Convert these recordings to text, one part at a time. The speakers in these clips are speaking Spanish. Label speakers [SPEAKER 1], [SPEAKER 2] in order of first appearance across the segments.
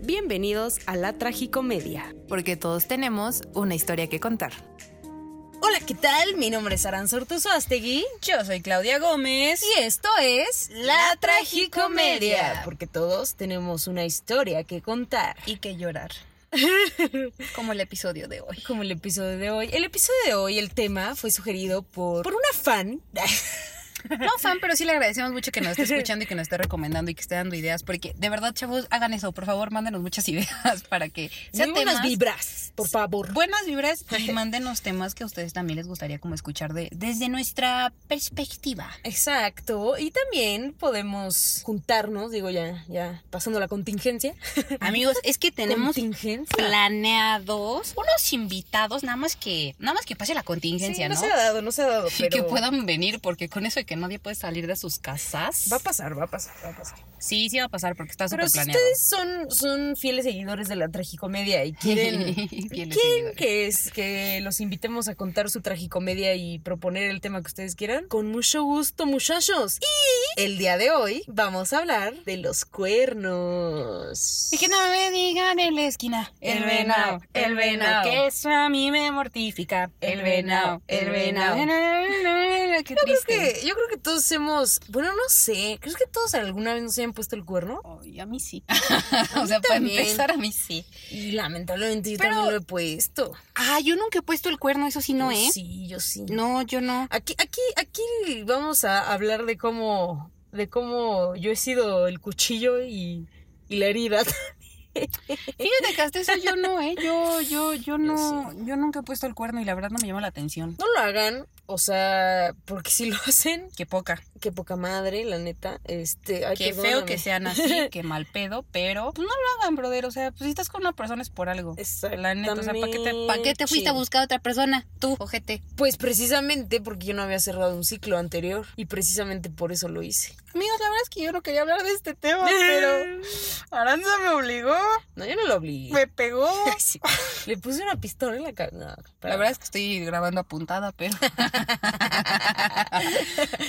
[SPEAKER 1] Bienvenidos a la Tragicomedia.
[SPEAKER 2] Porque todos tenemos una historia que contar.
[SPEAKER 3] Hola, ¿qué tal? Mi nombre es Aranza Ortuzastegui
[SPEAKER 4] Yo soy Claudia Gómez.
[SPEAKER 3] y esto es
[SPEAKER 4] La Tragicomedia.
[SPEAKER 3] Porque todos tenemos una historia que contar.
[SPEAKER 4] Y que llorar. Como el episodio de hoy.
[SPEAKER 3] Como el episodio de hoy. El episodio de hoy, el tema fue sugerido por, por una fan.
[SPEAKER 4] No, fan, pero sí le agradecemos mucho que nos esté escuchando y que nos esté recomendando y que esté dando ideas. Porque de verdad, chavos, hagan eso. Por favor, mándenos muchas ideas para que sean
[SPEAKER 3] Dime unas
[SPEAKER 4] temas.
[SPEAKER 3] vibras, por favor.
[SPEAKER 4] Buenas vibras y mándenos temas que a ustedes también les gustaría como escuchar de, desde nuestra perspectiva.
[SPEAKER 3] Exacto, y también podemos juntarnos, digo ya, ya pasando la contingencia.
[SPEAKER 4] Amigos, es que tenemos
[SPEAKER 3] contingencia.
[SPEAKER 4] planeados unos invitados, nada más que, nada más que pase la contingencia,
[SPEAKER 3] Sí, no,
[SPEAKER 4] ¿no?
[SPEAKER 3] se ha dado, no se ha dado,
[SPEAKER 4] Y
[SPEAKER 3] pero
[SPEAKER 4] que puedan venir, porque con eso de que nadie puede salir de sus casas.
[SPEAKER 3] va a pasar, va a pasar, va a pasar.
[SPEAKER 4] Sí, sí va a pasar porque está
[SPEAKER 3] Pero
[SPEAKER 4] súper
[SPEAKER 3] si
[SPEAKER 4] planeado.
[SPEAKER 3] ustedes son, son fieles seguidores de la tragicomedia y quieren,
[SPEAKER 4] Fieles
[SPEAKER 3] quieren
[SPEAKER 4] seguidores.
[SPEAKER 3] que, es, que los invitemos a contar su tragicomedia y proponer el tema que ustedes quieran, con mucho gusto, muchachos. Y el día de hoy vamos a hablar de los cuernos.
[SPEAKER 4] Y que no me digan en la esquina. El venado, el venado. Que eso a mí me mortifica. El venado, el venado. Qué
[SPEAKER 3] Yo creo,
[SPEAKER 4] triste.
[SPEAKER 3] que, yo creo que todos hemos, bueno, no sé, ¿crees que todos alguna vez nos hayan puesto el cuerno?
[SPEAKER 4] Ay, a mí sí. o sea, para
[SPEAKER 3] también.
[SPEAKER 4] empezar, a mí sí.
[SPEAKER 3] Y lamentablemente yo
[SPEAKER 4] Pero-
[SPEAKER 3] también lo he puesto.
[SPEAKER 4] Ah, yo nunca he puesto el cuerno, eso sí no,
[SPEAKER 3] Yo
[SPEAKER 4] ¿eh?
[SPEAKER 3] Sí, yo sí.
[SPEAKER 4] No, yo no.
[SPEAKER 3] Aquí, aquí, aquí vamos a hablar de cómo, de cómo yo he sido el cuchillo y, y la herida.
[SPEAKER 4] Fíjate que hasta eso yo no, ¿eh? Yo, yo, yo no. Yo nunca he puesto el cuerno y la verdad no me llama la atención.
[SPEAKER 3] No lo hagan, o sea, porque si lo hacen,
[SPEAKER 4] Qué poca.
[SPEAKER 3] qué poca madre, la neta. Este, ay,
[SPEAKER 4] Qué feo
[SPEAKER 3] perdóname.
[SPEAKER 4] que sean así, qué mal pedo, pero pues no lo hagan, brother. O sea, pues si estás con una persona es por algo. La neta, o sea, ¿para qué, te, pa' qué te fuiste
[SPEAKER 3] Exactamente.
[SPEAKER 4] a buscar a otra persona? Tú, ojete.
[SPEAKER 3] Pues precisamente porque yo no había cerrado un ciclo anterior y precisamente por eso lo hice.
[SPEAKER 4] Amigos, la verdad es que yo no quería hablar de este tema, pero Aranza me obligó,
[SPEAKER 3] No, yo no lo obligué.
[SPEAKER 4] me pegó.
[SPEAKER 3] Sí. Le puse una pistola en la cara. No,
[SPEAKER 4] La verdad es que estoy grabando apuntada, pero.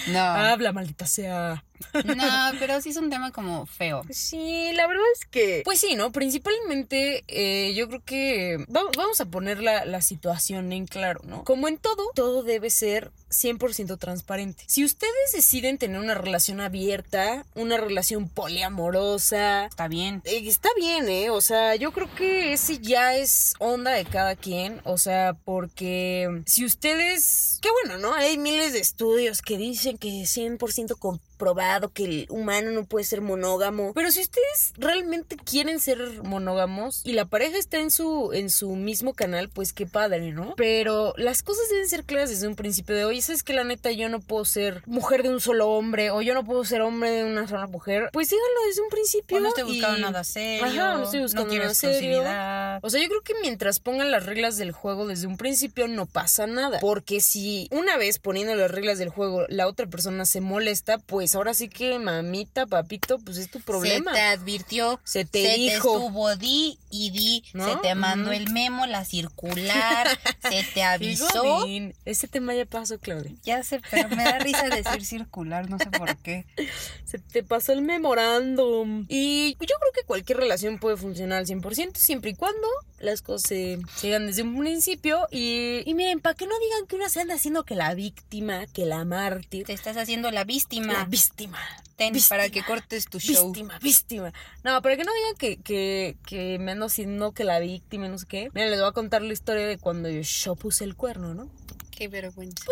[SPEAKER 4] no,
[SPEAKER 3] Habla, maldita sea.
[SPEAKER 4] no, pero sí es un tema como feo.
[SPEAKER 3] Sí, la verdad es que. Pues sí, ¿no? Principalmente, eh, yo creo que va- vamos a poner la, la situación en claro, ¿no? Como en todo, todo debe ser 100% transparente. Si ustedes deciden tener una relación abierta, una relación poliamorosa,
[SPEAKER 4] Está bien.
[SPEAKER 3] eh, Está bien, ¿eh? O sea, yo creo que ese ya es onda de cada quien. O sea, porque si ustedes... Qué bueno, ¿no? Hay miles de estudios que dicen que es 100% comprobado que el humano no puede ser monógamo. Pero si ustedes realmente quieren ser monógamos y la pareja está en su, en su mismo canal, pues qué padre, ¿no? Pero las cosas deben ser claras desde un principio de, oye, ¿sabes que la neta yo no puedo ser mujer de un solo hombre o yo no puedo ser hombre de una sola mujer? Pues díganlo desde un principio.
[SPEAKER 4] O no estoy
[SPEAKER 3] y-
[SPEAKER 4] buscando nada serio.
[SPEAKER 3] Ajá, no estoy buscando
[SPEAKER 4] no quiero
[SPEAKER 3] nada serio.
[SPEAKER 4] exclusividad.
[SPEAKER 3] o sea, yo creo que mientras pongan las reglas del juego desde un principio no pasa nada. Porque si una vez poniendo las reglas del juego la otra persona se molesta, pues ahora sí que mamita, papito, pues es tu problema.
[SPEAKER 4] Se te advirtió.
[SPEAKER 3] Se te,
[SPEAKER 4] Te se te
[SPEAKER 3] dijo.
[SPEAKER 4] estuvo di y di,
[SPEAKER 3] ¿No?
[SPEAKER 4] se te mandó
[SPEAKER 3] Ujú.
[SPEAKER 4] el memo, la circular, se te
[SPEAKER 3] Hijo,
[SPEAKER 4] avisó.
[SPEAKER 3] Din, Ese tema ya pasó, Claudia.
[SPEAKER 4] Ya sé, pero me da risa decir circular, no sé por qué.
[SPEAKER 3] Se te pasó el memorándum. Y yo creo que cualquier relación puede funcionar al 100% siempre y cuando las cosas se sigan desde un principio. Y, y miren, para que no digan que una se anda haciendo que la víctima, que la mártir,
[SPEAKER 4] Te estás haciendo la
[SPEAKER 3] la
[SPEAKER 4] víctima.
[SPEAKER 3] víctima,
[SPEAKER 4] Ten,
[SPEAKER 3] víctima.
[SPEAKER 4] para que cortes tu show.
[SPEAKER 3] víctima, víctima. No, para que no digan que, que, que me ando haciendo que la víctima, y no sé qué. Miren, les voy a contar la historia de cuando yo, yo puse el cuerno, ¿no? No,
[SPEAKER 4] Qué vergüenza.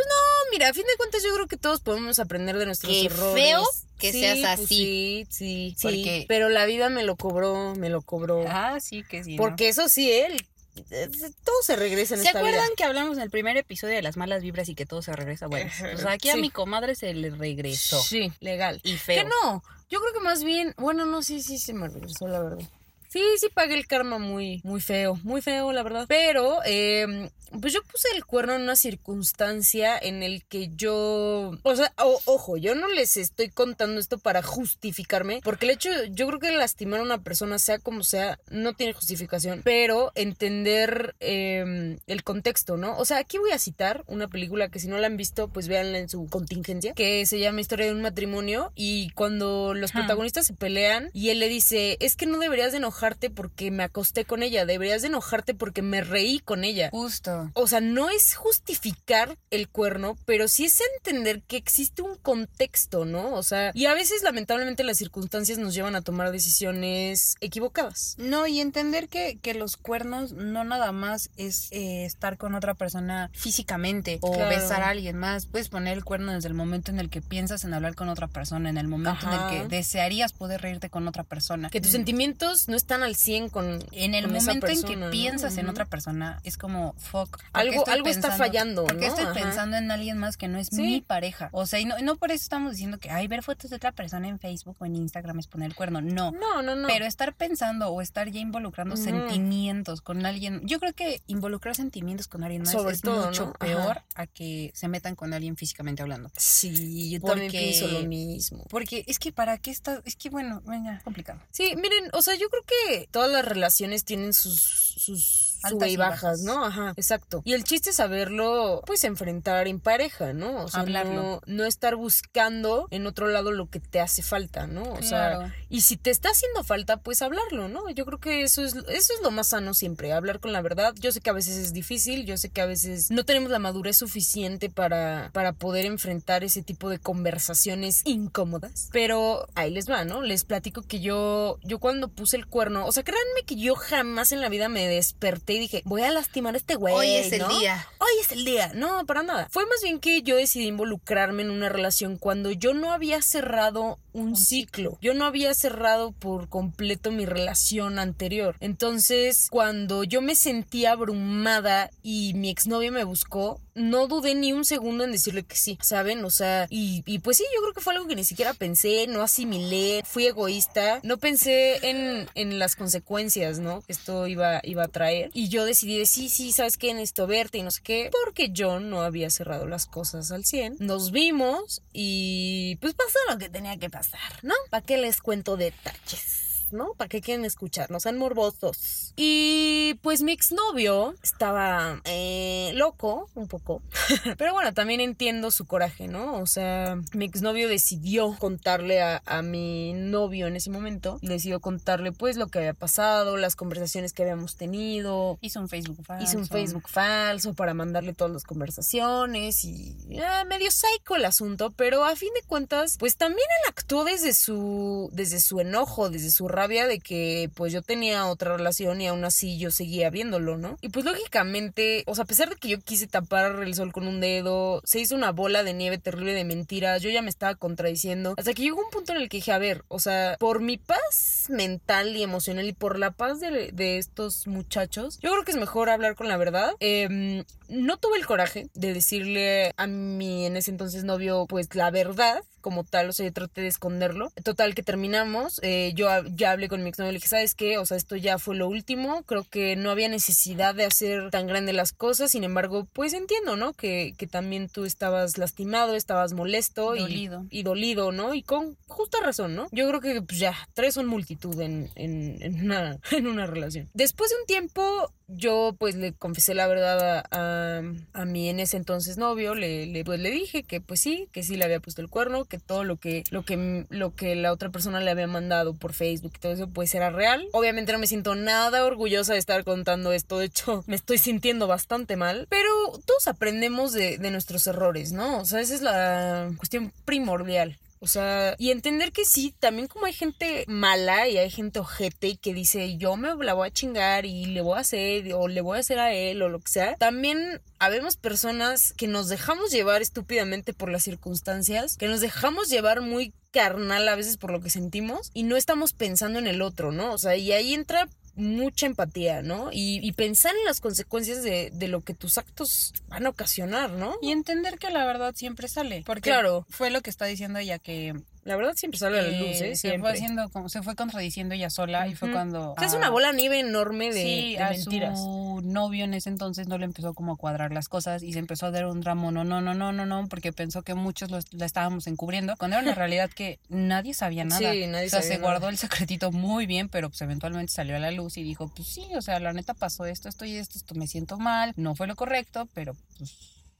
[SPEAKER 3] mira, a fin de cuentas yo creo que todos podemos aprender de nuestros
[SPEAKER 4] Qué
[SPEAKER 3] errores.
[SPEAKER 4] feo que
[SPEAKER 3] Sí,
[SPEAKER 4] seas
[SPEAKER 3] pues
[SPEAKER 4] así.
[SPEAKER 3] sí, sí, sí.
[SPEAKER 4] Porque-
[SPEAKER 3] Pero la vida me lo cobró, me lo cobró.
[SPEAKER 4] Ah, sí que sí. ¿no?
[SPEAKER 3] Porque eso sí, él. eh, Todo se regresa en
[SPEAKER 4] ¿Se
[SPEAKER 3] esta
[SPEAKER 4] acuerdan
[SPEAKER 3] vida.
[SPEAKER 4] que hablamos en el primer episodio de las malas vibras y que todo se regresa? Bueno, pues aquí a
[SPEAKER 3] Sí.
[SPEAKER 4] mi comadre se le regresó.
[SPEAKER 3] Sí, legal.
[SPEAKER 4] Y feo.
[SPEAKER 3] Que no. Yo creo que más bien. Bueno, no, sí, sí, se me regresó, la verdad. Sí, sí pagué el karma muy, muy feo, muy feo, la verdad. Pero, eh, pues yo puse el cuerno en una circunstancia en el que yo, o sea, o- ojo, yo no les estoy contando esto para justificarme, porque el hecho, yo creo que lastimar a una persona, sea como sea, no tiene justificación, pero entender eh, el contexto, ¿no? O sea, aquí voy a citar una película que si no la han visto, pues véanla en su contingencia, que se llama Historia de un matrimonio, y cuando los
[SPEAKER 4] Ajá.
[SPEAKER 3] protagonistas se pelean y él le dice, es que no deberías de enojarte enojarte porque me acosté con ella, deberías de enojarte porque me reí con ella.
[SPEAKER 4] Justo.
[SPEAKER 3] O sea, no es justificar el cuerno, pero sí es entender que existe un contexto, ¿no? O sea, y a veces lamentablemente las circunstancias nos llevan a tomar decisiones equivocadas.
[SPEAKER 4] No, y entender que, que los cuernos no nada más es eh, estar con otra persona físicamente o
[SPEAKER 3] Claro.
[SPEAKER 4] besar a alguien más. Puedes poner el cuerno desde el momento en el que piensas en hablar con otra persona, en el momento
[SPEAKER 3] Ajá.
[SPEAKER 4] en el que desearías poder reírte con otra persona. Mm.
[SPEAKER 3] Que tus sentimientos no están al 100 con...
[SPEAKER 4] en el
[SPEAKER 3] con esa
[SPEAKER 4] momento en
[SPEAKER 3] persona,
[SPEAKER 4] que
[SPEAKER 3] ¿no?
[SPEAKER 4] piensas en
[SPEAKER 3] Ujú.
[SPEAKER 4] otra persona, es como, fuck. ¿por qué
[SPEAKER 3] Algo-
[SPEAKER 4] estoy
[SPEAKER 3] algo está fallando,
[SPEAKER 4] ¿Por qué
[SPEAKER 3] ¿no?
[SPEAKER 4] estoy
[SPEAKER 3] Ajá.
[SPEAKER 4] pensando en alguien más que no es
[SPEAKER 3] Sí.
[SPEAKER 4] mi pareja? O sea, y no, y no por eso estamos diciendo que, ay, ver fotos de otra persona en Facebook o en Instagram es poner el cuerno. No.
[SPEAKER 3] No, no, no.
[SPEAKER 4] Pero estar pensando o estar ya involucrando
[SPEAKER 3] Ujú.
[SPEAKER 4] sentimientos con alguien, yo creo que involucrar sentimientos con alguien más
[SPEAKER 3] Sobre
[SPEAKER 4] es
[SPEAKER 3] todo,
[SPEAKER 4] mucho
[SPEAKER 3] ¿no? Ajá.
[SPEAKER 4] peor a que se metan con alguien físicamente hablando.
[SPEAKER 3] sí, yo
[SPEAKER 4] Porque-
[SPEAKER 3] también pienso lo mismo.
[SPEAKER 4] Porque es que para qué estás, es que bueno, venga, complicado.
[SPEAKER 3] Sí, miren, o sea, yo creo que todas las relaciones tienen sus, sus
[SPEAKER 4] Altas
[SPEAKER 3] sube y
[SPEAKER 4] y
[SPEAKER 3] bajas,
[SPEAKER 4] bajas.
[SPEAKER 3] ¿no? Ajá, exacto. Y el chiste es saberlo, pues, enfrentar en pareja, ¿no? O sea,
[SPEAKER 4] Hablarlo.
[SPEAKER 3] No, no estar buscando en otro lado lo que te hace falta, ¿no? O sea,
[SPEAKER 4] Claro.
[SPEAKER 3] y si te está haciendo falta, pues hablarlo, ¿no? Yo creo que eso es, eso es lo más sano siempre, hablar con la verdad. Yo sé que a veces es difícil, yo sé que a veces no tenemos la madurez suficiente para, para poder enfrentar ese tipo de conversaciones incómodas. Pero ahí les va, ¿no? Les platico que yo, yo cuando puse el cuerno, o sea, créanme que yo jamás en la vida me desperté y dije, voy a lastimar a este güey. ¿no?
[SPEAKER 4] día.
[SPEAKER 3] hoy es el día. No, para nada. Fue más bien que yo decidí involucrarme en una relación cuando yo no había cerrado un, ciclo. Yo no había cerrado por completo mi relación anterior. Entonces, cuando yo me sentí abrumada y mi exnovia me buscó, no dudé ni un segundo en decirle que sí, ¿saben? O sea, y, y pues sí, yo creo que fue algo que ni siquiera pensé, no asimilé, fui egoísta, no pensé en, en las consecuencias, ¿no? Que esto iba, iba a traer. Y yo decidí de sí, sí, ¿sabes qué? Necesito verte y no sé qué, porque yo no había cerrado las cosas al 100. Nos vimos y pues pasó lo que tenía que pasar, ¿no? ¿Para qué les cuento detalles? ¿no? ¿Para qué quieren escuchar? No sean morbosos. Y pues mi exnovio estaba eh, loco, un poco. Pero bueno, también entiendo su coraje, ¿no? O sea, mi exnovio decidió contarle a, a mi novio en ese momento. Decidió contarle, pues, lo que había pasado, las conversaciones que habíamos tenido.
[SPEAKER 4] Hizo un Facebook falso.
[SPEAKER 3] Hice un Facebook falso para mandarle todas las conversaciones y ah, medio psycho el asunto, pero a fin de cuentas, pues también él actuó desde su, desde su enojo, desde su rabia de que pues yo tenía otra relación y aún así yo seguía viéndolo, ¿no? Y pues lógicamente, o sea, a pesar de que yo quise tapar el sol con un dedo, se hizo una bola de nieve terrible de mentiras, yo ya me estaba contradiciendo, hasta que llegó un punto en el que dije, a ver, o sea, por mi paz mental y emocional y por la paz de, de estos muchachos, yo creo que es mejor hablar con la verdad. Em, no tuve el coraje de decirle a mi en ese entonces novio, pues la verdad como tal, o sea, yo traté de esconderlo. Total, que terminamos, eh, yo hab- ya hablé con mi exnovio, le dije, ¿sabes qué? O sea, esto ya fue lo último, creo que no había necesidad de hacer tan grande las cosas, sin embargo, pues entiendo, ¿no? Que, que también tú estabas lastimado, estabas molesto
[SPEAKER 4] Dolido.
[SPEAKER 3] y dolido, ¿no? Y con justa razón, ¿no? Yo creo que pues, ya, tres son multitud en, en, en una, en una relación. Después de un tiempo, yo pues le confesé la verdad a, a, a mi en ese entonces novio, le, le, pues, le dije que pues sí, que sí le había puesto el cuerno, que todo lo que, lo que, lo que la otra persona le había mandado por Facebook y todo eso pues era real. Obviamente no me siento nada orgullosa de estar contando esto, de hecho me estoy sintiendo bastante mal, pero todos aprendemos de, de nuestros errores, ¿no? O sea, esa es la cuestión primordial. O sea, y entender que sí, también como hay gente mala y hay gente ojete y que dice yo me la voy a chingar y le voy a hacer o le voy a hacer a él o lo que sea, también habemos personas que nos dejamos llevar estúpidamente por las circunstancias, que nos dejamos llevar muy carnal a veces por lo que sentimos y no estamos pensando en el otro, ¿no? O sea, y ahí entra mucha empatía, ¿no? Y, y pensar en las consecuencias de, de lo que tus actos van a ocasionar, ¿no?
[SPEAKER 4] Y entender que la verdad siempre sale. Porque
[SPEAKER 3] Claro.
[SPEAKER 4] fue lo que está diciendo ella que
[SPEAKER 3] La verdad siempre sale a la
[SPEAKER 4] eh,
[SPEAKER 3] luz, ¿eh?
[SPEAKER 4] se, fue
[SPEAKER 3] Siempre.
[SPEAKER 4] haciendo, como- se fue contradiciendo ella sola y fue
[SPEAKER 3] Ujú.
[SPEAKER 4] cuando... ah,
[SPEAKER 3] O sea, es
[SPEAKER 4] a-
[SPEAKER 3] una bola de nieve enorme de,
[SPEAKER 4] Sí,
[SPEAKER 3] de
[SPEAKER 4] a
[SPEAKER 3] mentiras.
[SPEAKER 4] su novio en ese entonces no le empezó como a cuadrar las cosas y se empezó a dar un ramo, no, no, no, no, no, no, porque pensó que muchos los- la estábamos encubriendo, cuando era la realidad que nadie sabía nada.
[SPEAKER 3] Sí, nadie
[SPEAKER 4] o sea,
[SPEAKER 3] sabía
[SPEAKER 4] se
[SPEAKER 3] nada.
[SPEAKER 4] guardó el secretito muy bien, pero pues eventualmente salió a la luz y dijo, pues sí, o sea, la neta pasó esto, esto y esto, esto me siento mal, no fue lo correcto, pero pues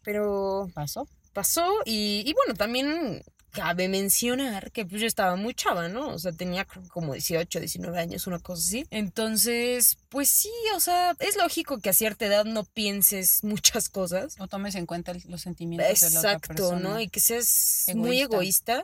[SPEAKER 3] Pero
[SPEAKER 4] pasó.
[SPEAKER 3] pasó y, y bueno, también cabe mencionar que pues yo estaba muy chava, ¿no? O sea, tenía creo que como 18, 19 años, una cosa así. Entonces, pues sí, o sea, es lógico que a cierta edad no pienses muchas cosas.
[SPEAKER 4] No tomes en cuenta el- los sentimientos de la otra
[SPEAKER 3] Exacto,
[SPEAKER 4] persona.
[SPEAKER 3] ¿no? Y que seas muy
[SPEAKER 4] Egoísta.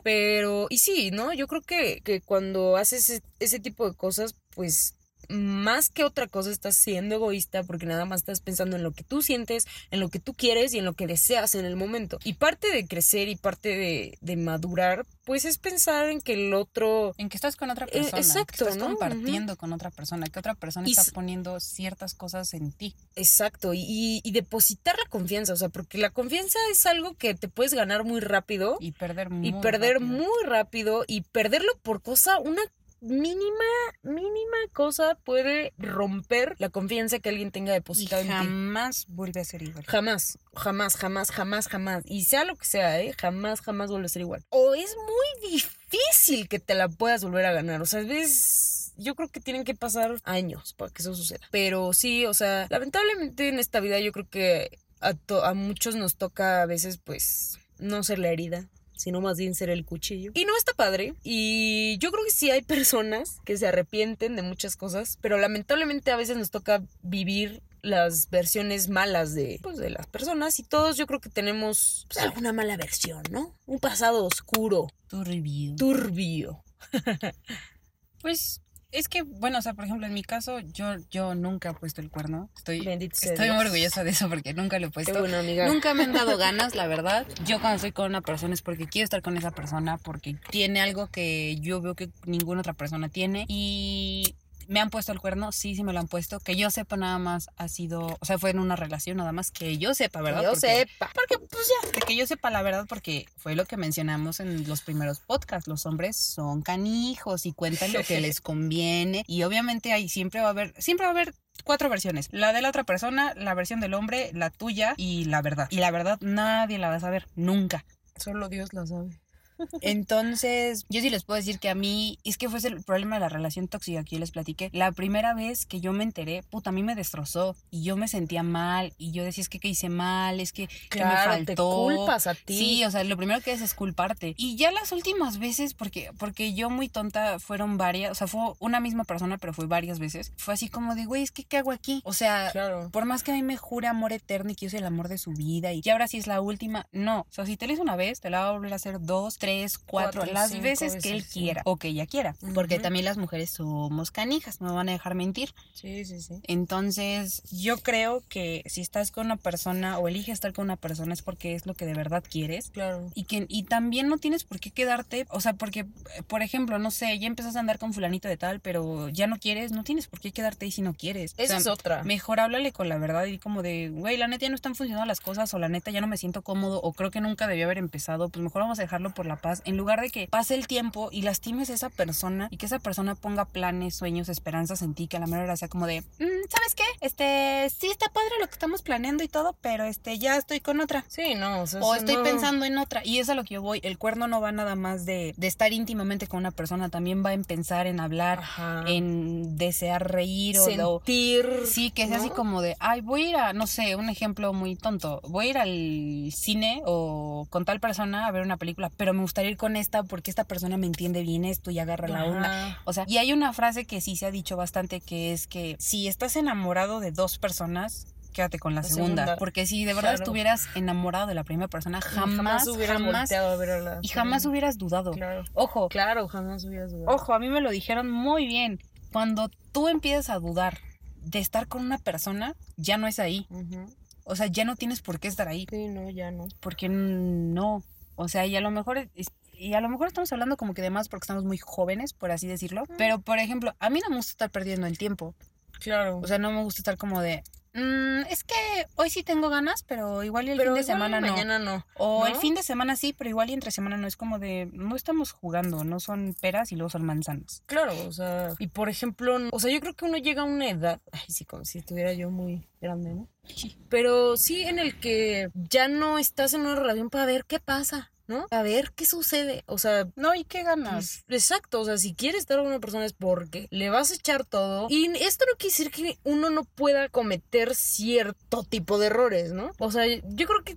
[SPEAKER 3] egoísta, pero, y sí, ¿no? Yo creo que, que cuando haces e- ese tipo de cosas, pues más que otra cosa estás siendo egoísta porque nada más estás pensando en lo que tú sientes, en lo que tú quieres y en lo que deseas en el momento. Y parte de crecer y parte de, de madurar, pues es pensar en que el otro...
[SPEAKER 4] En que estás con otra
[SPEAKER 3] Eh,
[SPEAKER 4] persona,
[SPEAKER 3] exacto,
[SPEAKER 4] que estás
[SPEAKER 3] ¿no?
[SPEAKER 4] compartiendo con otra persona, que otra persona
[SPEAKER 3] Y
[SPEAKER 4] está
[SPEAKER 3] s-
[SPEAKER 4] poniendo ciertas cosas en ti.
[SPEAKER 3] Exacto, y- y, y depositar la confianza, o sea, porque la confianza es algo que te puedes ganar muy rápido.
[SPEAKER 4] Y perder
[SPEAKER 3] y
[SPEAKER 4] muy
[SPEAKER 3] perder
[SPEAKER 4] rápido.
[SPEAKER 3] muy rápido y perderlo por cosa una mínima mínima cosa puede romper la confianza que alguien tenga
[SPEAKER 4] Y
[SPEAKER 3] depositada en ti.
[SPEAKER 4] jamás vuelve a ser igual.
[SPEAKER 3] Jamás, jamás, jamás, jamás, jamás. Y sea lo que sea, ¿eh? jamás, jamás vuelve a ser igual. O es muy difícil que te la puedas volver a ganar. O sea, ves, yo creo que tienen que pasar años para que eso suceda. Pero sí, o sea, lamentablemente en esta vida yo creo que a, to- a muchos nos toca a veces, pues, no ser la herida sino más bien ser el cuchillo. Y no está padre. Y yo creo que sí hay personas que se arrepienten de muchas cosas, pero lamentablemente a veces nos toca vivir las versiones malas de, pues, de las personas y todos yo creo que tenemos pues, alguna mala versión, ¿no? Un pasado oscuro,
[SPEAKER 4] Turbio.
[SPEAKER 3] turbio.
[SPEAKER 4] Pues es que, bueno, o sea, por ejemplo, en mi caso, yo, yo nunca he puesto el cuerno. Estoy,
[SPEAKER 3] Bendito sea
[SPEAKER 4] estoy
[SPEAKER 3] Dios.
[SPEAKER 4] muy orgullosa de eso porque nunca lo he
[SPEAKER 3] Qué
[SPEAKER 4] puesto.
[SPEAKER 3] bueno, amiga.
[SPEAKER 4] Nunca me han dado ganas, la verdad. Yo cuando estoy con una persona es porque quiero estar con esa persona, porque tiene algo que yo veo que ninguna otra persona tiene. Y me han puesto el cuerno, sí, sí me lo han puesto. Que yo sepa nada más ha sido, o sea, fue en una relación nada más que yo sepa, ¿verdad?
[SPEAKER 3] Que yo
[SPEAKER 4] Porque-
[SPEAKER 3] sepa.
[SPEAKER 4] porque pues ya, de que yo sepa la verdad, porque fue lo que mencionamos en los primeros podcasts, los hombres son canijos y cuentan lo que les conviene y obviamente ahí siempre va a haber, siempre va a haber cuatro versiones, la de la otra persona, la versión del hombre, la tuya y la verdad. Y la verdad nadie la va a saber, nunca.
[SPEAKER 3] Solo Dios lo sabe.
[SPEAKER 4] Entonces, yo sí les puedo decir que a mí, es que fue el problema de la relación tóxica que yo les platiqué. La primera vez que yo me enteré, puta, a mí me destrozó y yo me sentía mal y yo decía, es que, que hice mal, es que, que me
[SPEAKER 3] Claro, te
[SPEAKER 4] faltó.
[SPEAKER 3] culpas a ti.
[SPEAKER 4] Sí, o sea, lo primero que es es culparte. Y ya las últimas veces, porque, porque yo muy tonta, fueron varias, o sea, fue una misma persona, pero fue varias veces. Fue así como de, güey, es que, ¿qué hago aquí? O sea,
[SPEAKER 3] claro.
[SPEAKER 4] por más que a mí me jure amor eterno y que yo soy el amor de su vida y que ahora sí es la última, no. O sea, si te lo hizo una vez, te la va a volver a hacer dos, tres, cuatro,
[SPEAKER 3] Cuatro,
[SPEAKER 4] las
[SPEAKER 3] cinco
[SPEAKER 4] veces que él
[SPEAKER 3] veces, sí.
[SPEAKER 4] quiera o que ella quiera. Porque
[SPEAKER 3] Ujú.
[SPEAKER 4] también las mujeres somos canijas, no me van a dejar mentir.
[SPEAKER 3] Sí, sí, sí.
[SPEAKER 4] Entonces, yo creo que si estás con una persona o eliges estar con una persona es porque es lo que de verdad quieres
[SPEAKER 3] Claro.
[SPEAKER 4] y que y también no tienes por qué quedarte, o sea, porque eh, por ejemplo, no sé, ya empezaste a andar con fulanito de tal, pero ya no quieres, no tienes por qué quedarte ahí si no quieres. O
[SPEAKER 3] Esa
[SPEAKER 4] sea,
[SPEAKER 3] es otra.
[SPEAKER 4] Mejor háblale con la verdad y di como de, güey, la neta ya no están funcionando las cosas o la neta ya no me siento cómodo o creo que nunca debió haber empezado, pues mejor vamos a dejarlo por la paz en lugar de que pase el tiempo y lastimes a esa persona y que esa persona ponga planes, sueños, esperanzas en ti, que a la mera hora sea como de, "Mm, ¿sabes qué? Este, sí está padre lo que estamos planeando y todo, pero este, ya estoy con otra.
[SPEAKER 3] Sí, no, o sea,
[SPEAKER 4] O
[SPEAKER 3] eso
[SPEAKER 4] estoy
[SPEAKER 3] no-
[SPEAKER 4] pensando en otra. Y es a lo que yo voy. El cuerno no va nada más de, de estar íntimamente con una persona. También va en pensar, en hablar,
[SPEAKER 3] Ajá.
[SPEAKER 4] en desear reír o lo-
[SPEAKER 3] sentir.
[SPEAKER 4] Sí, que es así
[SPEAKER 3] ¿no?
[SPEAKER 4] como de, ay, voy a ir a, no sé, un ejemplo muy tonto. Voy a ir al cine o con tal persona a ver una película, pero me gustaría ir con esta porque esta persona me entiende bien esto y agarra la onda.
[SPEAKER 3] Ajá.
[SPEAKER 4] O sea, y hay una frase que sí se ha dicho bastante que es que si estás enamorado de dos personas, quédate con la,
[SPEAKER 3] La
[SPEAKER 4] segunda.
[SPEAKER 3] segunda.
[SPEAKER 4] Porque si de verdad
[SPEAKER 3] Claro.
[SPEAKER 4] estuvieras enamorado de la primera persona, jamás,
[SPEAKER 3] hubieras
[SPEAKER 4] jamás,
[SPEAKER 3] volteado a ver a la
[SPEAKER 4] y jamás
[SPEAKER 3] persona.
[SPEAKER 4] hubieras dudado.
[SPEAKER 3] Claro.
[SPEAKER 4] Ojo,
[SPEAKER 3] Claro, jamás hubieras dudado.
[SPEAKER 4] ojo, a mí me lo dijeron muy bien. Cuando tú empiezas a dudar de estar con una persona, ya no es ahí.
[SPEAKER 3] Ujú.
[SPEAKER 4] O sea, ya no tienes por qué estar ahí.
[SPEAKER 3] Sí, no, ya no.
[SPEAKER 4] Porque no. O sea, y a lo mejor es- y a lo mejor estamos hablando como que de más porque estamos muy jóvenes, por así decirlo. Pero, por ejemplo, a mí no me gusta estar perdiendo el tiempo.
[SPEAKER 3] Claro.
[SPEAKER 4] O sea, no me gusta estar como de, "Mm, es que hoy sí tengo ganas, pero igual y el fin de semana no.
[SPEAKER 3] mañana no.
[SPEAKER 4] O el
[SPEAKER 3] ¿no?
[SPEAKER 4] fin de semana sí, pero igual y entre semana no. Es como de, no estamos jugando, no son peras y luego son manzanas.
[SPEAKER 3] Claro, o sea, y por ejemplo, o sea, yo creo que uno llega a una edad, ay, sí, como si estuviera yo muy grande, ¿no? Pero sí en el que ya no estás en una relación para ver qué pasa, ¿no? A ver qué sucede, o sea,
[SPEAKER 4] No, ¿y qué ganas?
[SPEAKER 3] Pues, exacto, o sea, si quieres estar con una persona es porque le vas a echar todo. Y esto no quiere decir que uno no pueda cometer cierto tipo de errores, ¿no? O sea, yo creo que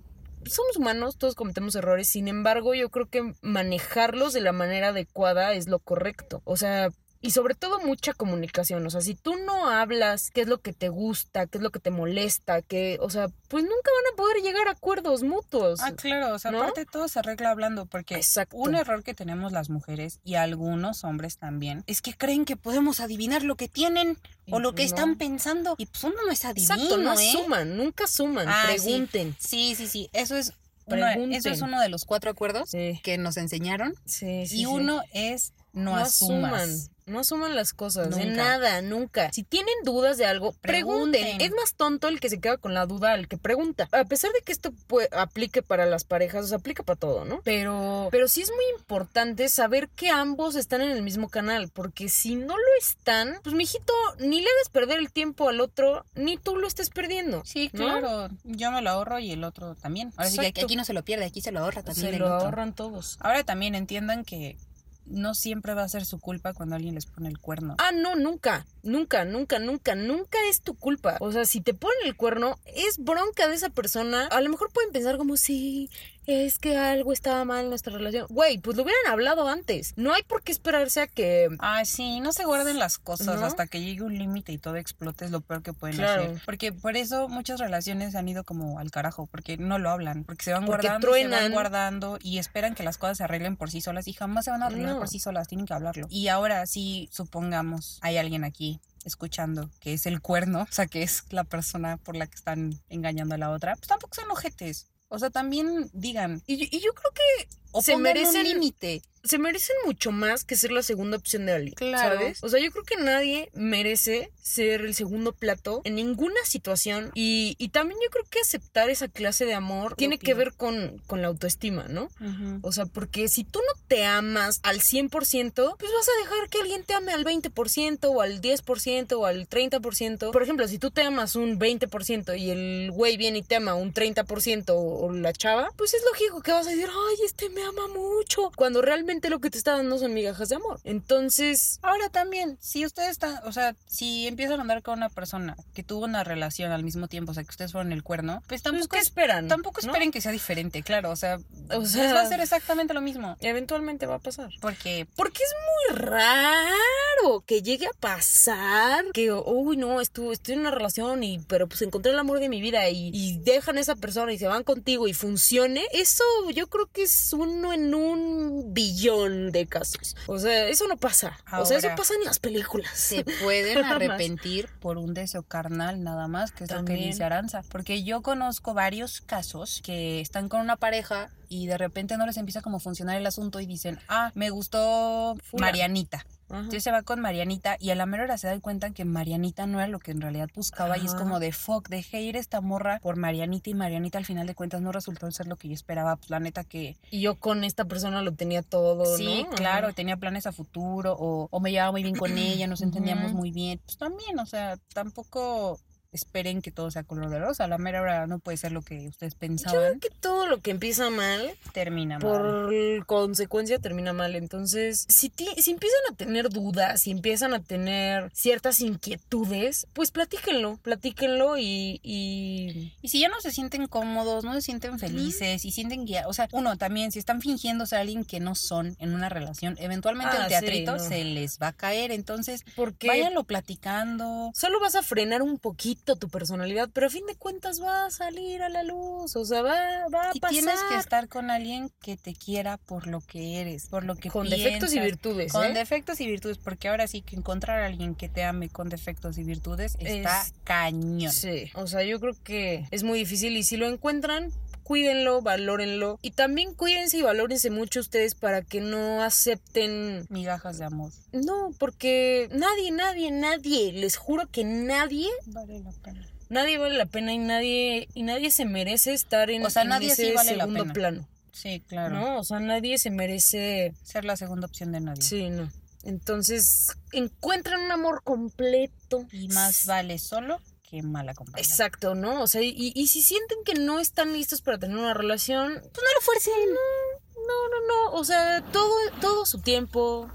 [SPEAKER 3] somos humanos, todos cometemos errores, sin embargo, yo creo que manejarlos de la manera adecuada es lo correcto. O sea, y sobre todo mucha comunicación, o sea, si tú no hablas qué es lo que te gusta, qué es lo que te molesta, qué, o sea, pues nunca van a poder llegar a acuerdos mutuos.
[SPEAKER 4] Ah, claro, o sea,
[SPEAKER 3] ¿no?
[SPEAKER 4] aparte todo se arregla hablando, porque
[SPEAKER 3] Exacto.
[SPEAKER 4] un error que tenemos las mujeres y algunos hombres también es que creen que podemos adivinar lo que tienen o lo que
[SPEAKER 3] No.
[SPEAKER 4] están pensando. Y pues uno no es adivino,
[SPEAKER 3] Exacto, no
[SPEAKER 4] ¿eh?
[SPEAKER 3] asuman, nunca suman,
[SPEAKER 4] Ah, sí.
[SPEAKER 3] pregunten.
[SPEAKER 4] Sí, sí, sí. Eso es, uno, de- eso es
[SPEAKER 3] Pregunten.
[SPEAKER 4] uno de los cuatro acuerdos
[SPEAKER 3] Sí,
[SPEAKER 4] que nos enseñaron.
[SPEAKER 3] sí, sí,
[SPEAKER 4] y
[SPEAKER 3] sí.
[SPEAKER 4] uno es no, asumas.
[SPEAKER 3] No asuman las cosas, de
[SPEAKER 4] Nunca.
[SPEAKER 3] nada, nunca. Si tienen dudas de algo, pregunten.
[SPEAKER 4] Pregunten.
[SPEAKER 3] Es más tonto el que se queda con la duda al que pregunta. A pesar de que esto pue- aplique para las parejas, o sea, aplica para todo, ¿no? Pero, pero sí es muy importante saber que ambos están en el mismo canal, porque si no lo están, pues mijito, ni le hagas perder el tiempo al otro, ni tú lo estés perdiendo.
[SPEAKER 4] Sí,
[SPEAKER 3] ¿no?
[SPEAKER 4] claro. Yo me lo ahorro y el otro también. Ahora sí que aquí,
[SPEAKER 3] Exacto.
[SPEAKER 4] aquí no se lo pierde, aquí se lo ahorra también
[SPEAKER 3] Se
[SPEAKER 4] el
[SPEAKER 3] lo
[SPEAKER 4] otro.
[SPEAKER 3] ahorran todos.
[SPEAKER 4] Ahora también entiendan que no siempre va a ser su culpa cuando alguien les pone el cuerno.
[SPEAKER 3] Ah, no, nunca, nunca, nunca, nunca, nunca es tu culpa. O sea, si te ponen el cuerno, es bronca de esa persona. A lo mejor pueden pensar como, sí, es que algo estaba mal en nuestra relación. Güey, pues lo hubieran hablado antes. No hay por qué esperarse a que...
[SPEAKER 4] Ah, sí, no se guarden las cosas
[SPEAKER 3] ¿No?
[SPEAKER 4] hasta que llegue un límite y todo explote, es lo peor que pueden
[SPEAKER 3] Claro.
[SPEAKER 4] hacer. Porque por eso muchas relaciones han ido como al carajo, porque no lo hablan, porque se van
[SPEAKER 3] Porque
[SPEAKER 4] guardando, se van
[SPEAKER 3] truenan.
[SPEAKER 4] guardando y esperan que las cosas se arreglen por sí solas y jamás se van a arreglar
[SPEAKER 3] No.
[SPEAKER 4] por sí solas, tienen que hablarlo. Y ahora sí, supongamos, hay alguien aquí escuchando que es el cuerno, o sea, que es la persona por la que están engañando a la otra, pues tampoco sean ojetes. O sea, también digan,
[SPEAKER 3] Y, yo- y yo creo que
[SPEAKER 4] o
[SPEAKER 3] Se
[SPEAKER 4] pongan
[SPEAKER 3] merecen-
[SPEAKER 4] un límite.
[SPEAKER 3] se merecen mucho más que ser la segunda opción de alguien.
[SPEAKER 4] Claro.
[SPEAKER 3] ¿Sabes? O sea, yo creo que nadie merece ser el segundo plato en ninguna situación. Y, y también yo creo que aceptar esa clase de amor tiene que
[SPEAKER 4] opino.
[SPEAKER 3] ver con, con la autoestima, ¿no? O sea, porque si tú no te amas al 100%, pues vas a dejar que alguien te ame al 20% o al 10% o al 30%. Por ejemplo, si tú te amas un 20% y el güey viene y te ama un 30% o, o la chava, pues es lógico que vas a decir, ay, este me ama mucho, cuando realmente lo que te está dando son migajas de amor. Entonces,
[SPEAKER 4] Ahora también, si ustedes están, o sea, si empiezan a andar con una persona que tuvo una relación al mismo tiempo, o sea, que ustedes fueron el cuerno, pues
[SPEAKER 3] pues,
[SPEAKER 4] tampoco,
[SPEAKER 3] ¿qué
[SPEAKER 4] es-
[SPEAKER 3] esperen?
[SPEAKER 4] tampoco esperen que sea diferente, claro, o sea,
[SPEAKER 3] O
[SPEAKER 4] pues
[SPEAKER 3] sea-
[SPEAKER 4] va a ser exactamente lo mismo.
[SPEAKER 3] Eventualmente va a pasar.
[SPEAKER 4] Porque,
[SPEAKER 3] Porque es muy raro que llegue a pasar que, uy, no, estu- estoy en una relación y, pero pues encontré el amor de mi vida y, y dejan a esa persona y se van contigo y funcione. Eso yo creo que es uno en un billón de casos. O sea, eso no pasa. o sea, eso
[SPEAKER 4] Ahora.
[SPEAKER 3] pasa en las películas.
[SPEAKER 4] se pueden
[SPEAKER 3] Nada más.
[SPEAKER 4] arrepentir por un deseo carnal nada más, que es lo que
[SPEAKER 3] También.
[SPEAKER 4] dice Aranza. Porque yo conozco varios casos que están con una pareja y de repente no les empieza como a funcionar el asunto y dicen, ah, me gustó
[SPEAKER 3] Fulano.
[SPEAKER 4] Marianita.
[SPEAKER 3] Ajá.
[SPEAKER 4] Entonces se va con Marianita y a la mera hora se dan cuenta que Marianita no era lo que en realidad buscaba y es
[SPEAKER 3] Ajá.
[SPEAKER 4] como de fuck, dejé ir esta morra por Marianita y Marianita al final de cuentas no resultó ser lo que yo esperaba. Pues la neta que
[SPEAKER 3] Y yo con esta persona lo tenía todo.
[SPEAKER 4] sí,
[SPEAKER 3] Oh, ¿no?
[SPEAKER 4] claro, tenía planes a futuro o, o me llevaba muy bien con ella, nos entendíamos
[SPEAKER 3] Ujú.
[SPEAKER 4] muy bien. Pues también, o sea, tampoco esperen que todo sea color de rosa. A la mera hora no puede ser lo que ustedes pensaban.
[SPEAKER 3] Creo que todo lo que empieza mal
[SPEAKER 4] Termina mal.
[SPEAKER 3] por consecuencia termina mal. Entonces, si, ti- si empiezan a tener dudas, si empiezan a tener ciertas inquietudes, pues platíquenlo, platíquenlo y... y-
[SPEAKER 4] Y si ya no se sienten cómodos, no se sienten felices y sienten que, ya- o sea, uno también, si están fingiendo ser alguien que no son en una relación, eventualmente
[SPEAKER 3] Ah,
[SPEAKER 4] el
[SPEAKER 3] sí,
[SPEAKER 4] teatrito
[SPEAKER 3] no.
[SPEAKER 4] se les va a caer. Entonces,
[SPEAKER 3] Porque
[SPEAKER 4] váyanlo platicando.
[SPEAKER 3] solo vas a frenar un poquito tu personalidad, pero a fin de cuentas va a salir a la luz, o sea, va, va a
[SPEAKER 4] Y
[SPEAKER 3] pasar.
[SPEAKER 4] tienes que estar con alguien que te quiera por lo que eres, por lo que
[SPEAKER 3] con defectos y
[SPEAKER 4] piensas,
[SPEAKER 3] virtudes.
[SPEAKER 4] Con
[SPEAKER 3] ¿eh?
[SPEAKER 4] defectos y virtudes, porque ahora sí que encontrar a alguien que te ame con defectos y virtudes está
[SPEAKER 3] Es-
[SPEAKER 4] cañón.
[SPEAKER 3] Sí, o sea, yo creo que es muy difícil y si lo encuentran, cuídenlo, valórenlo y también cuídense y valórense mucho ustedes para que no acepten
[SPEAKER 4] Migajas de amor.
[SPEAKER 3] no, porque nadie, nadie, nadie, les juro que nadie,
[SPEAKER 4] Vale la pena.
[SPEAKER 3] nadie vale la pena y nadie y nadie se merece estar en,
[SPEAKER 4] O sea,
[SPEAKER 3] en
[SPEAKER 4] nadie
[SPEAKER 3] ese
[SPEAKER 4] sí vale la
[SPEAKER 3] segundo
[SPEAKER 4] pena.
[SPEAKER 3] plano,
[SPEAKER 4] Sí, claro.
[SPEAKER 3] ¿no? O sea, nadie se merece
[SPEAKER 4] Ser la segunda opción de nadie.
[SPEAKER 3] Sí, no. Entonces, encuentran un amor completo
[SPEAKER 4] Y más vale solo que mal acompañado.
[SPEAKER 3] Exacto, ¿no? O sea, y, y si sienten que no están listos para tener una relación, pues no lo fuercen. No, no, no. O sea, todo, todo su tiempo,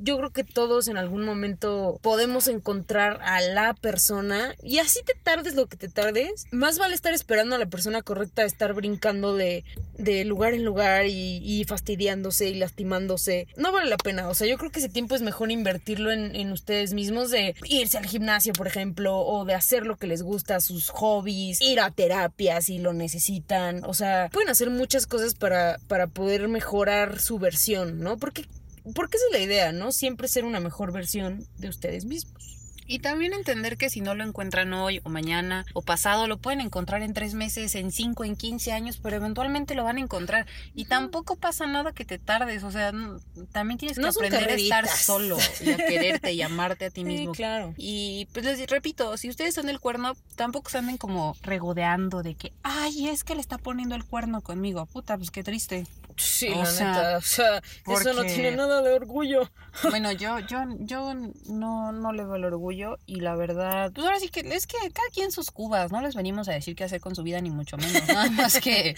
[SPEAKER 3] yo creo que todos en algún momento podemos encontrar a la persona y así te tardes lo que te tardes. Más vale estar esperando a la persona correcta, estar brincando de, de lugar en lugar y, y fastidiándose y lastimándose. No vale la pena. O sea, yo creo que ese tiempo es mejor invertirlo en, en ustedes mismos de irse al gimnasio, por ejemplo, o de hacer lo que les gusta, sus hobbies, ir a terapia si lo necesitan. O sea, pueden hacer muchas cosas para, para poder mejorar su versión, ¿no? Porque porque esa es la idea, ¿no? Siempre ser una mejor versión de ustedes mismos.
[SPEAKER 4] Y también entender que si no lo encuentran hoy o mañana o pasado, lo pueden encontrar en tres meses, en cinco, en quince años, pero eventualmente lo van a encontrar. Y tampoco pasa nada que te tardes, o sea, no- también tienes que
[SPEAKER 3] No son
[SPEAKER 4] aprender a estar
[SPEAKER 3] carreritas.
[SPEAKER 4] solo y a quererte y amarte a ti mismo.
[SPEAKER 3] claro.
[SPEAKER 4] Y pues les repito, si ustedes son el cuerno, tampoco se anden como regodeando de que, ay, es que le está poniendo el cuerno conmigo. Puta, pues qué triste.
[SPEAKER 3] Sí,
[SPEAKER 4] O
[SPEAKER 3] la
[SPEAKER 4] sea,
[SPEAKER 3] neta. O sea, eso no
[SPEAKER 4] porque-
[SPEAKER 3] tiene nada de orgullo.
[SPEAKER 4] Bueno, yo, yo, yo no, no le veo el orgullo y la verdad, pues ahora sí que es que cada quien sus cubas, no les venimos a decir qué hacer con su vida ni mucho menos, nada más que,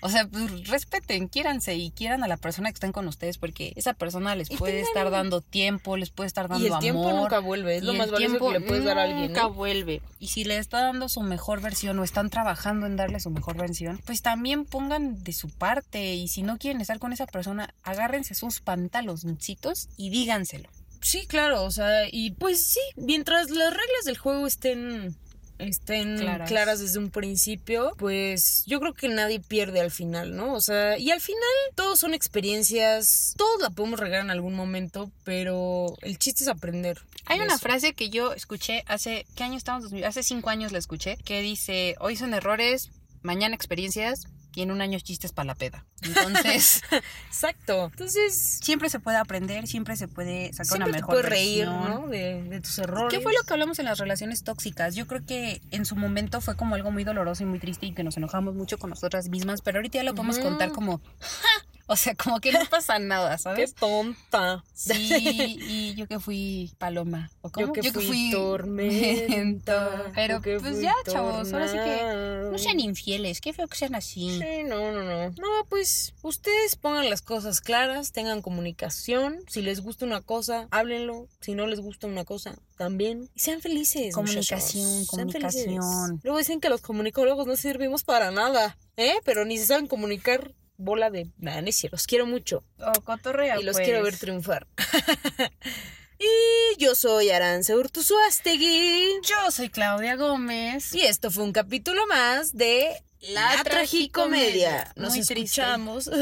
[SPEAKER 4] o sea, pues, respeten, quiéranse y quieran a la persona que están con ustedes porque esa persona les
[SPEAKER 3] Y
[SPEAKER 4] puede
[SPEAKER 3] tengan
[SPEAKER 4] estar
[SPEAKER 3] un-
[SPEAKER 4] dando tiempo, les puede estar dando
[SPEAKER 3] Y el
[SPEAKER 4] amor.
[SPEAKER 3] tiempo nunca vuelve, es
[SPEAKER 4] y
[SPEAKER 3] lo
[SPEAKER 4] el
[SPEAKER 3] más valioso que
[SPEAKER 4] tiempo
[SPEAKER 3] le puedes dar a alguien.
[SPEAKER 4] Nunca
[SPEAKER 3] ¿no?
[SPEAKER 4] vuelve. Y si le está dando su mejor versión o están trabajando en darle su mejor versión, pues también pongan de su parte. Y si no quieren estar con esa persona, agárrense sus pantaloncitos y díganselo.
[SPEAKER 3] Sí, claro, o sea, y pues sí, mientras las reglas del juego estén estén claras.
[SPEAKER 4] Claras.
[SPEAKER 3] desde un principio, pues yo creo que nadie pierde al final, ¿no? O sea, y al final todos son experiencias, todos la podemos regar en algún momento, pero el chiste es aprender.
[SPEAKER 4] Hay
[SPEAKER 3] de
[SPEAKER 4] una
[SPEAKER 3] eso.
[SPEAKER 4] frase que yo escuché hace, ¿qué año estamos? 2000, Hace cinco años la escuché, que dice, hoy son errores, mañana experiencias y en un año chistes para la peda. Entonces,
[SPEAKER 3] Exacto. Entonces,
[SPEAKER 4] siempre se puede aprender, siempre se puede sacar
[SPEAKER 3] siempre
[SPEAKER 4] una
[SPEAKER 3] te
[SPEAKER 4] mejor
[SPEAKER 3] puedes reír,
[SPEAKER 4] versión.
[SPEAKER 3] ¿no? De, de tus errores.
[SPEAKER 4] ¿Qué fue lo que hablamos en las relaciones tóxicas? Yo creo que en su momento fue como algo muy doloroso y muy triste y que nos enojamos mucho con nosotras mismas, pero ahorita ya lo podemos
[SPEAKER 3] Ujú.
[SPEAKER 4] contar como, "Ja", o sea, como que no pasa nada,
[SPEAKER 3] Qué
[SPEAKER 4] ¿sabes?
[SPEAKER 3] tonta.
[SPEAKER 4] Sí, y yo que fui paloma. ¿o cómo?
[SPEAKER 3] Yo que fui, tormenta. yo
[SPEAKER 4] Pero
[SPEAKER 3] que
[SPEAKER 4] pues
[SPEAKER 3] fui
[SPEAKER 4] ya, chavos, ahora sí que no
[SPEAKER 3] tornado.
[SPEAKER 4] sean infieles, qué feo que sean así.
[SPEAKER 3] Sí, no, no, no. No, pues ustedes pongan las cosas claras, tengan comunicación. Si les gusta una cosa, háblenlo. Si no les gusta una cosa, también. Y sean felices.
[SPEAKER 4] Comunicación,
[SPEAKER 3] muchachos. Sean felices.
[SPEAKER 4] comunicación.
[SPEAKER 3] Luego dicen que los comunicólogos no servimos para nada, ¿eh? Pero ni se saben comunicar. Bola de nada, los quiero mucho
[SPEAKER 4] O cotorrea,
[SPEAKER 3] y los quiero
[SPEAKER 4] pues.
[SPEAKER 3] ver triunfar. y yo soy Aranza Urtuzuastegui.
[SPEAKER 4] Yo soy Claudia Gómez.
[SPEAKER 3] Y esto fue un capítulo más de La, Tragicomedia.
[SPEAKER 4] La tragicomedia.
[SPEAKER 3] Nos
[SPEAKER 4] Muy triste.
[SPEAKER 3] escuchamos.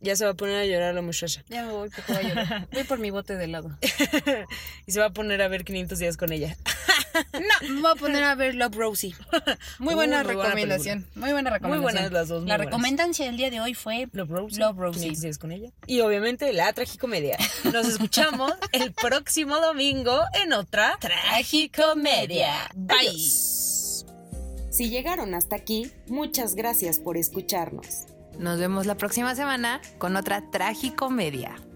[SPEAKER 3] ya se va a poner a llorar la muchacha.
[SPEAKER 4] Ya me voy, porque voy a llorar. Voy por mi bote de helado.
[SPEAKER 3] Y se va a poner a ver 500 días con ella.
[SPEAKER 4] No, me voy a poner a ver Love Rosie. Muy
[SPEAKER 3] Uh, muy buena
[SPEAKER 4] buena recomendación. muy buena
[SPEAKER 3] Muy
[SPEAKER 4] recomendación.
[SPEAKER 3] buenas las dos. muy
[SPEAKER 4] La
[SPEAKER 3] buenas.
[SPEAKER 4] recomendancia del día de hoy fue
[SPEAKER 3] Love Rosie.
[SPEAKER 4] Love Rosie.
[SPEAKER 3] 500 días con ella. Y obviamente La Tragicomedia. Nos escuchamos el próximo domingo en otra Tragicomedia. Bye.
[SPEAKER 1] Si llegaron hasta aquí, muchas gracias por escucharnos.
[SPEAKER 2] Nos vemos la próxima semana con otra tragicomedia.